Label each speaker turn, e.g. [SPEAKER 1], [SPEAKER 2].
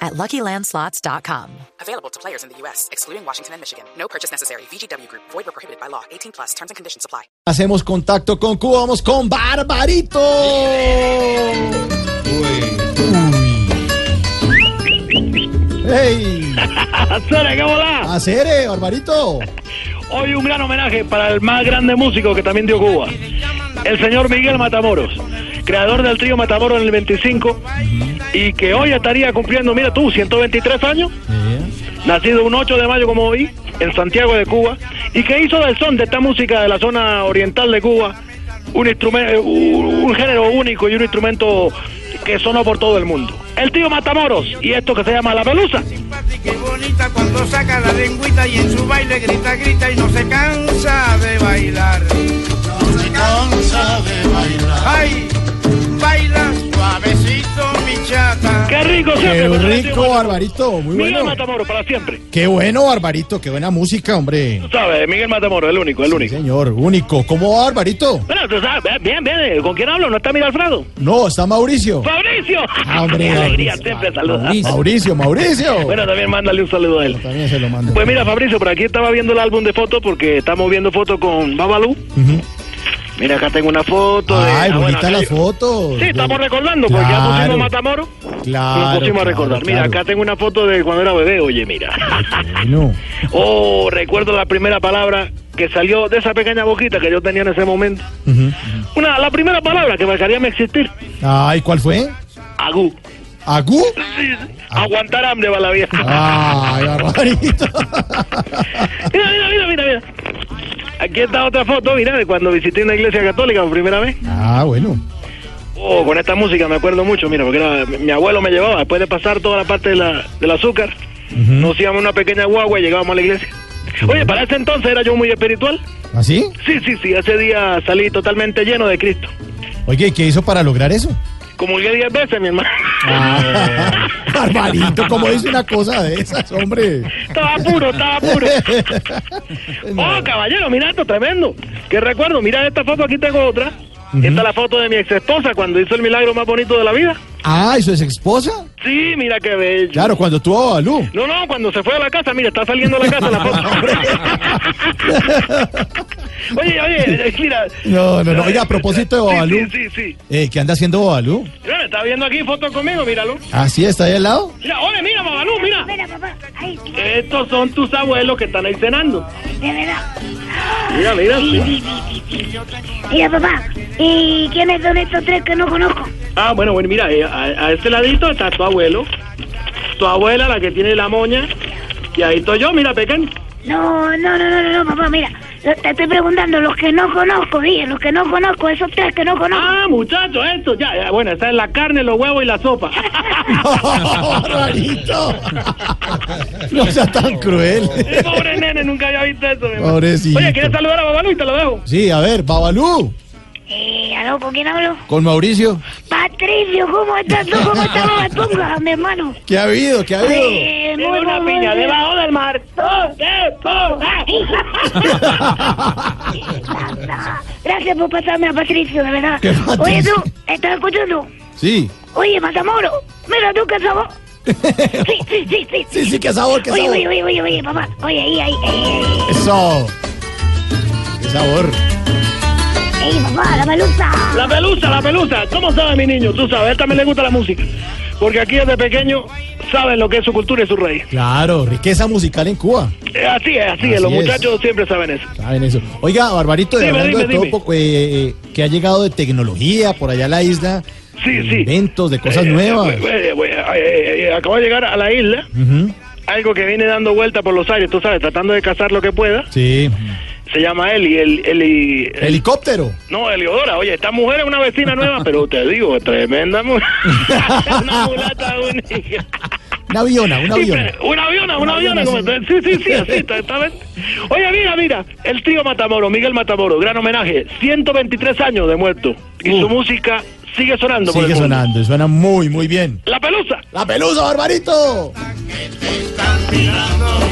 [SPEAKER 1] at luckylandslots.com.
[SPEAKER 2] Available to players in the U.S., excluding Washington and Michigan. No purchase necessary. VGW Group, void or prohibited by law. 18 plus terms and conditions apply.
[SPEAKER 3] Hacemos contacto con Cuba, vamos con Barbarito. Uy. ¡Ey!
[SPEAKER 4] ¡Hacer, qué volá!
[SPEAKER 3] ¡Acere, Barbarito!
[SPEAKER 4] Hoy un gran homenaje para el más grande músico que también dio Cuba, el señor Miguel Matamoros, creador del trío Matamoros en el 25 y que hoy estaría cumpliendo, mira tú, 123 años, nacido un 8 de mayo como hoy, en Santiago de Cuba, y que hizo del son de esta música de la zona oriental de Cuba un, instrumento, un un género único y un instrumento que sonó por todo el mundo. El tío Matamoros y esto que se llama La Pelusa.
[SPEAKER 5] simpática y bonita cuando saca la lengüita y en su baile grita, grita y no se cansa de bailar. No se cansa de bailar. ¡Ay! Baila suavecito, mi chata.
[SPEAKER 4] ¡Qué rico siempre!
[SPEAKER 3] ¡Qué
[SPEAKER 4] con el tío
[SPEAKER 3] rico,
[SPEAKER 4] Matamoros.
[SPEAKER 3] Barbarito! Muy
[SPEAKER 4] Miguel
[SPEAKER 3] bueno.
[SPEAKER 4] Matamoros, para siempre.
[SPEAKER 3] ¡Qué bueno, Barbarito! ¡Qué buena música, hombre!
[SPEAKER 4] ¿Sabes? Miguel Matamoros, el único, el
[SPEAKER 3] Sí,
[SPEAKER 4] único.
[SPEAKER 3] señor, único. ¿Cómo va, Barbarito?
[SPEAKER 4] Bueno, tú sabes, bien, bien, ¿con quién hablo? ¿No está Miguel Alfredo?
[SPEAKER 3] No, está Mauricio.
[SPEAKER 4] ¡Fabricio!
[SPEAKER 3] Ah, hombre,
[SPEAKER 4] ¡Qué alegría
[SPEAKER 3] Fabricio,
[SPEAKER 4] siempre saludar!
[SPEAKER 3] Mauricio, Mauricio.
[SPEAKER 4] Bueno, también mándale un saludo a él.
[SPEAKER 3] También se lo mando.
[SPEAKER 4] Pues mira, Fabricio, por aquí estaba viendo el álbum de fotos porque estamos viendo fotos con Babalu. Mira, acá tengo una foto de...
[SPEAKER 3] Ay,
[SPEAKER 4] ah, bueno,
[SPEAKER 3] bonitas
[SPEAKER 4] acá
[SPEAKER 3] las
[SPEAKER 4] yo-
[SPEAKER 3] fotos.
[SPEAKER 4] Sí, estamos recordando, porque ya
[SPEAKER 3] Claro.
[SPEAKER 4] pusimos Matamoros,
[SPEAKER 3] Claro.
[SPEAKER 4] lo pusimos a
[SPEAKER 3] claro,
[SPEAKER 4] recordar. Mira,
[SPEAKER 3] claro.
[SPEAKER 4] acá tengo una foto de cuando era bebé, oye, mira.
[SPEAKER 3] Bueno.
[SPEAKER 4] Oh, recuerdo la primera palabra que salió de esa pequeña boquita que yo tenía en ese momento.
[SPEAKER 3] Ujú.
[SPEAKER 4] Una, la primera palabra que marcaría mi existir.
[SPEAKER 3] Ay, ¿cuál fue?
[SPEAKER 4] Agú.
[SPEAKER 3] ¿Agú?
[SPEAKER 4] Sí, sí. Aguantar hambre va la vida.
[SPEAKER 3] Ah. Ay, barbarito.
[SPEAKER 4] Mira, mira, mira, mira, mira. Aquí está otra foto, mira, de cuando visité una iglesia católica por primera vez.
[SPEAKER 3] Ah, bueno.
[SPEAKER 4] Oh, con esta música me acuerdo mucho, mira, porque era- mi abuelo me llevaba, después de pasar toda la parte de la- del azúcar, nos íbamos en una pequeña guagua y llegábamos a la iglesia. Oye, para ese entonces era yo muy espiritual.
[SPEAKER 3] ¿Así?
[SPEAKER 4] Sí, sí, sí, ese día salí totalmente lleno de Cristo.
[SPEAKER 3] Oye, ¿y qué hizo para lograr eso?
[SPEAKER 4] Comulgué 10 veces, mi hermano.
[SPEAKER 3] Ah, barbarito, ¿cómo dice una cosa de esas, hombre?
[SPEAKER 4] Estaba puro, estaba puro. Oh, caballero, mira esto, tremendo. Que recuerdo, mira esta foto, aquí tengo otra. Esta es la foto de mi ex esposa cuando hizo el milagro más bonito de la vida.
[SPEAKER 3] Ah, ¿y su ex esposa?
[SPEAKER 4] Sí, mira qué bello.
[SPEAKER 3] Claro, cuando tuvo a Babalú.
[SPEAKER 4] No, no, cuando se fue a la casa, mira, está saliendo de la casa la foto. oye, oye, eh, mira.
[SPEAKER 3] No, no, no. Oiga, a propósito de Babalú,
[SPEAKER 4] Sí, sí, sí. sí.
[SPEAKER 3] eh, ¿qué anda haciendo Babalú?
[SPEAKER 4] Mira, está viendo aquí fotos conmigo, míralo.
[SPEAKER 3] Ah, sí, está ahí al lado.
[SPEAKER 4] Mira, oye, mira, Babalú, mira.
[SPEAKER 6] Mira, papá, ahí,
[SPEAKER 4] Estos son tus abuelos que están ahí cenando.
[SPEAKER 6] de verdad.
[SPEAKER 4] Mira, mira. mira.
[SPEAKER 6] Mira, papá, ¿y quiénes son estos tres que no conozco?
[SPEAKER 4] Ah, bueno, bueno, mira, eh, a, a este ladito está tu abuelo, tu abuela, la que tiene la moña, y ahí estoy yo, mira, pequeño.
[SPEAKER 6] No, no, no, no, no, no, papá, mira. lo- Te estoy preguntando, los que no conozco, dije, los que no conozco, esos tres que no conozco.
[SPEAKER 4] Ah, muchacho, esto, ya, ya, bueno, esa es la carne, los huevos y la sopa.
[SPEAKER 3] ¡Barbarito! No sea tan cruel.
[SPEAKER 4] Eh, Pobre nene, nunca había visto eso, mi hermano.
[SPEAKER 3] Pobrecito.
[SPEAKER 4] Oye, ¿quieres saludar a Babalu y te lo dejo?
[SPEAKER 3] Sí, a ver, Babalú.
[SPEAKER 6] Eh, aló, ¿con quién hablo?
[SPEAKER 3] Con Mauricio.
[SPEAKER 6] Patricio, ¿cómo estás tú? ¿Cómo estás, Baba Tunga, mi hermano?
[SPEAKER 3] ¿Qué ha habido? ¿Qué ha habido?
[SPEAKER 6] Eh,
[SPEAKER 4] Tiene
[SPEAKER 6] muy,
[SPEAKER 4] una
[SPEAKER 6] muy, muy
[SPEAKER 4] piña
[SPEAKER 6] bien.
[SPEAKER 4] debajo del mar. ¡Oh, qué poca!
[SPEAKER 6] Gracias por pasarme a Patricio, de verdad.
[SPEAKER 3] ¿Qué Patricio?
[SPEAKER 6] Oye, tú, ¿estás escuchando?
[SPEAKER 3] Sí.
[SPEAKER 6] Oye, Matamoro, mira tú qué sabor. Sí, sí, sí, sí.
[SPEAKER 3] Sí, sí, qué sabor, qué
[SPEAKER 6] Oye,
[SPEAKER 3] sabor.
[SPEAKER 6] oye, oye, oye, oye, papá. Oye, ahí, ahí, ahí, ahí.
[SPEAKER 3] Eso. Qué sabor.
[SPEAKER 6] Ey, papá, la pelusa.
[SPEAKER 4] La pelusa, la pelusa. ¿Cómo sabe mi niño? Tú sabes, a él también le gusta la música. Porque aquí desde pequeño saben lo que es su cultura y su raíz.
[SPEAKER 3] Claro, riqueza musical en Cuba.
[SPEAKER 4] Eh, Así es, así, es.
[SPEAKER 3] Así
[SPEAKER 4] Los
[SPEAKER 3] es.
[SPEAKER 4] muchachos siempre saben eso.
[SPEAKER 3] Saben eso. Oiga, Barbarito, y
[SPEAKER 4] Dime,
[SPEAKER 3] hablando
[SPEAKER 4] dime,
[SPEAKER 3] de todo
[SPEAKER 4] dime.
[SPEAKER 3] poco, eh, eh, que ha llegado de tecnología por allá a la isla.
[SPEAKER 4] Sí,
[SPEAKER 3] de
[SPEAKER 4] sí.
[SPEAKER 3] Inventos, de cosas
[SPEAKER 4] Eh,
[SPEAKER 3] nuevas.
[SPEAKER 4] eh, eh, eh, eh, acabo de llegar a la isla.
[SPEAKER 3] Ujú.
[SPEAKER 4] Algo que viene dando vuelta por los aires, tú sabes, tratando de cazar lo que pueda.
[SPEAKER 3] Sí.
[SPEAKER 4] Se llama Eli, Eli, Eli,
[SPEAKER 3] Helicóptero.
[SPEAKER 4] No, Eliodora, oye, esta mujer es una vecina nueva, pero te digo, tremenda mujer. una mulata única.
[SPEAKER 3] Una aviona, una
[SPEAKER 4] Sí,
[SPEAKER 3] aviona.
[SPEAKER 4] pero- Una aviona, una
[SPEAKER 3] Una
[SPEAKER 4] aviona. como-
[SPEAKER 3] aviona,
[SPEAKER 4] Sí, sí, sí, así, exactamente. Oye, mira, mira, el tío Matamoro, Miguel Matamoro, gran homenaje, 123 años de muerto. Y su música sigue sonando. por
[SPEAKER 3] Sigue
[SPEAKER 4] el mundo.
[SPEAKER 3] sonando, y suena muy, muy bien.
[SPEAKER 4] La pelusa.
[SPEAKER 3] ¡La pelusa, barbarito!
[SPEAKER 5] Están mirando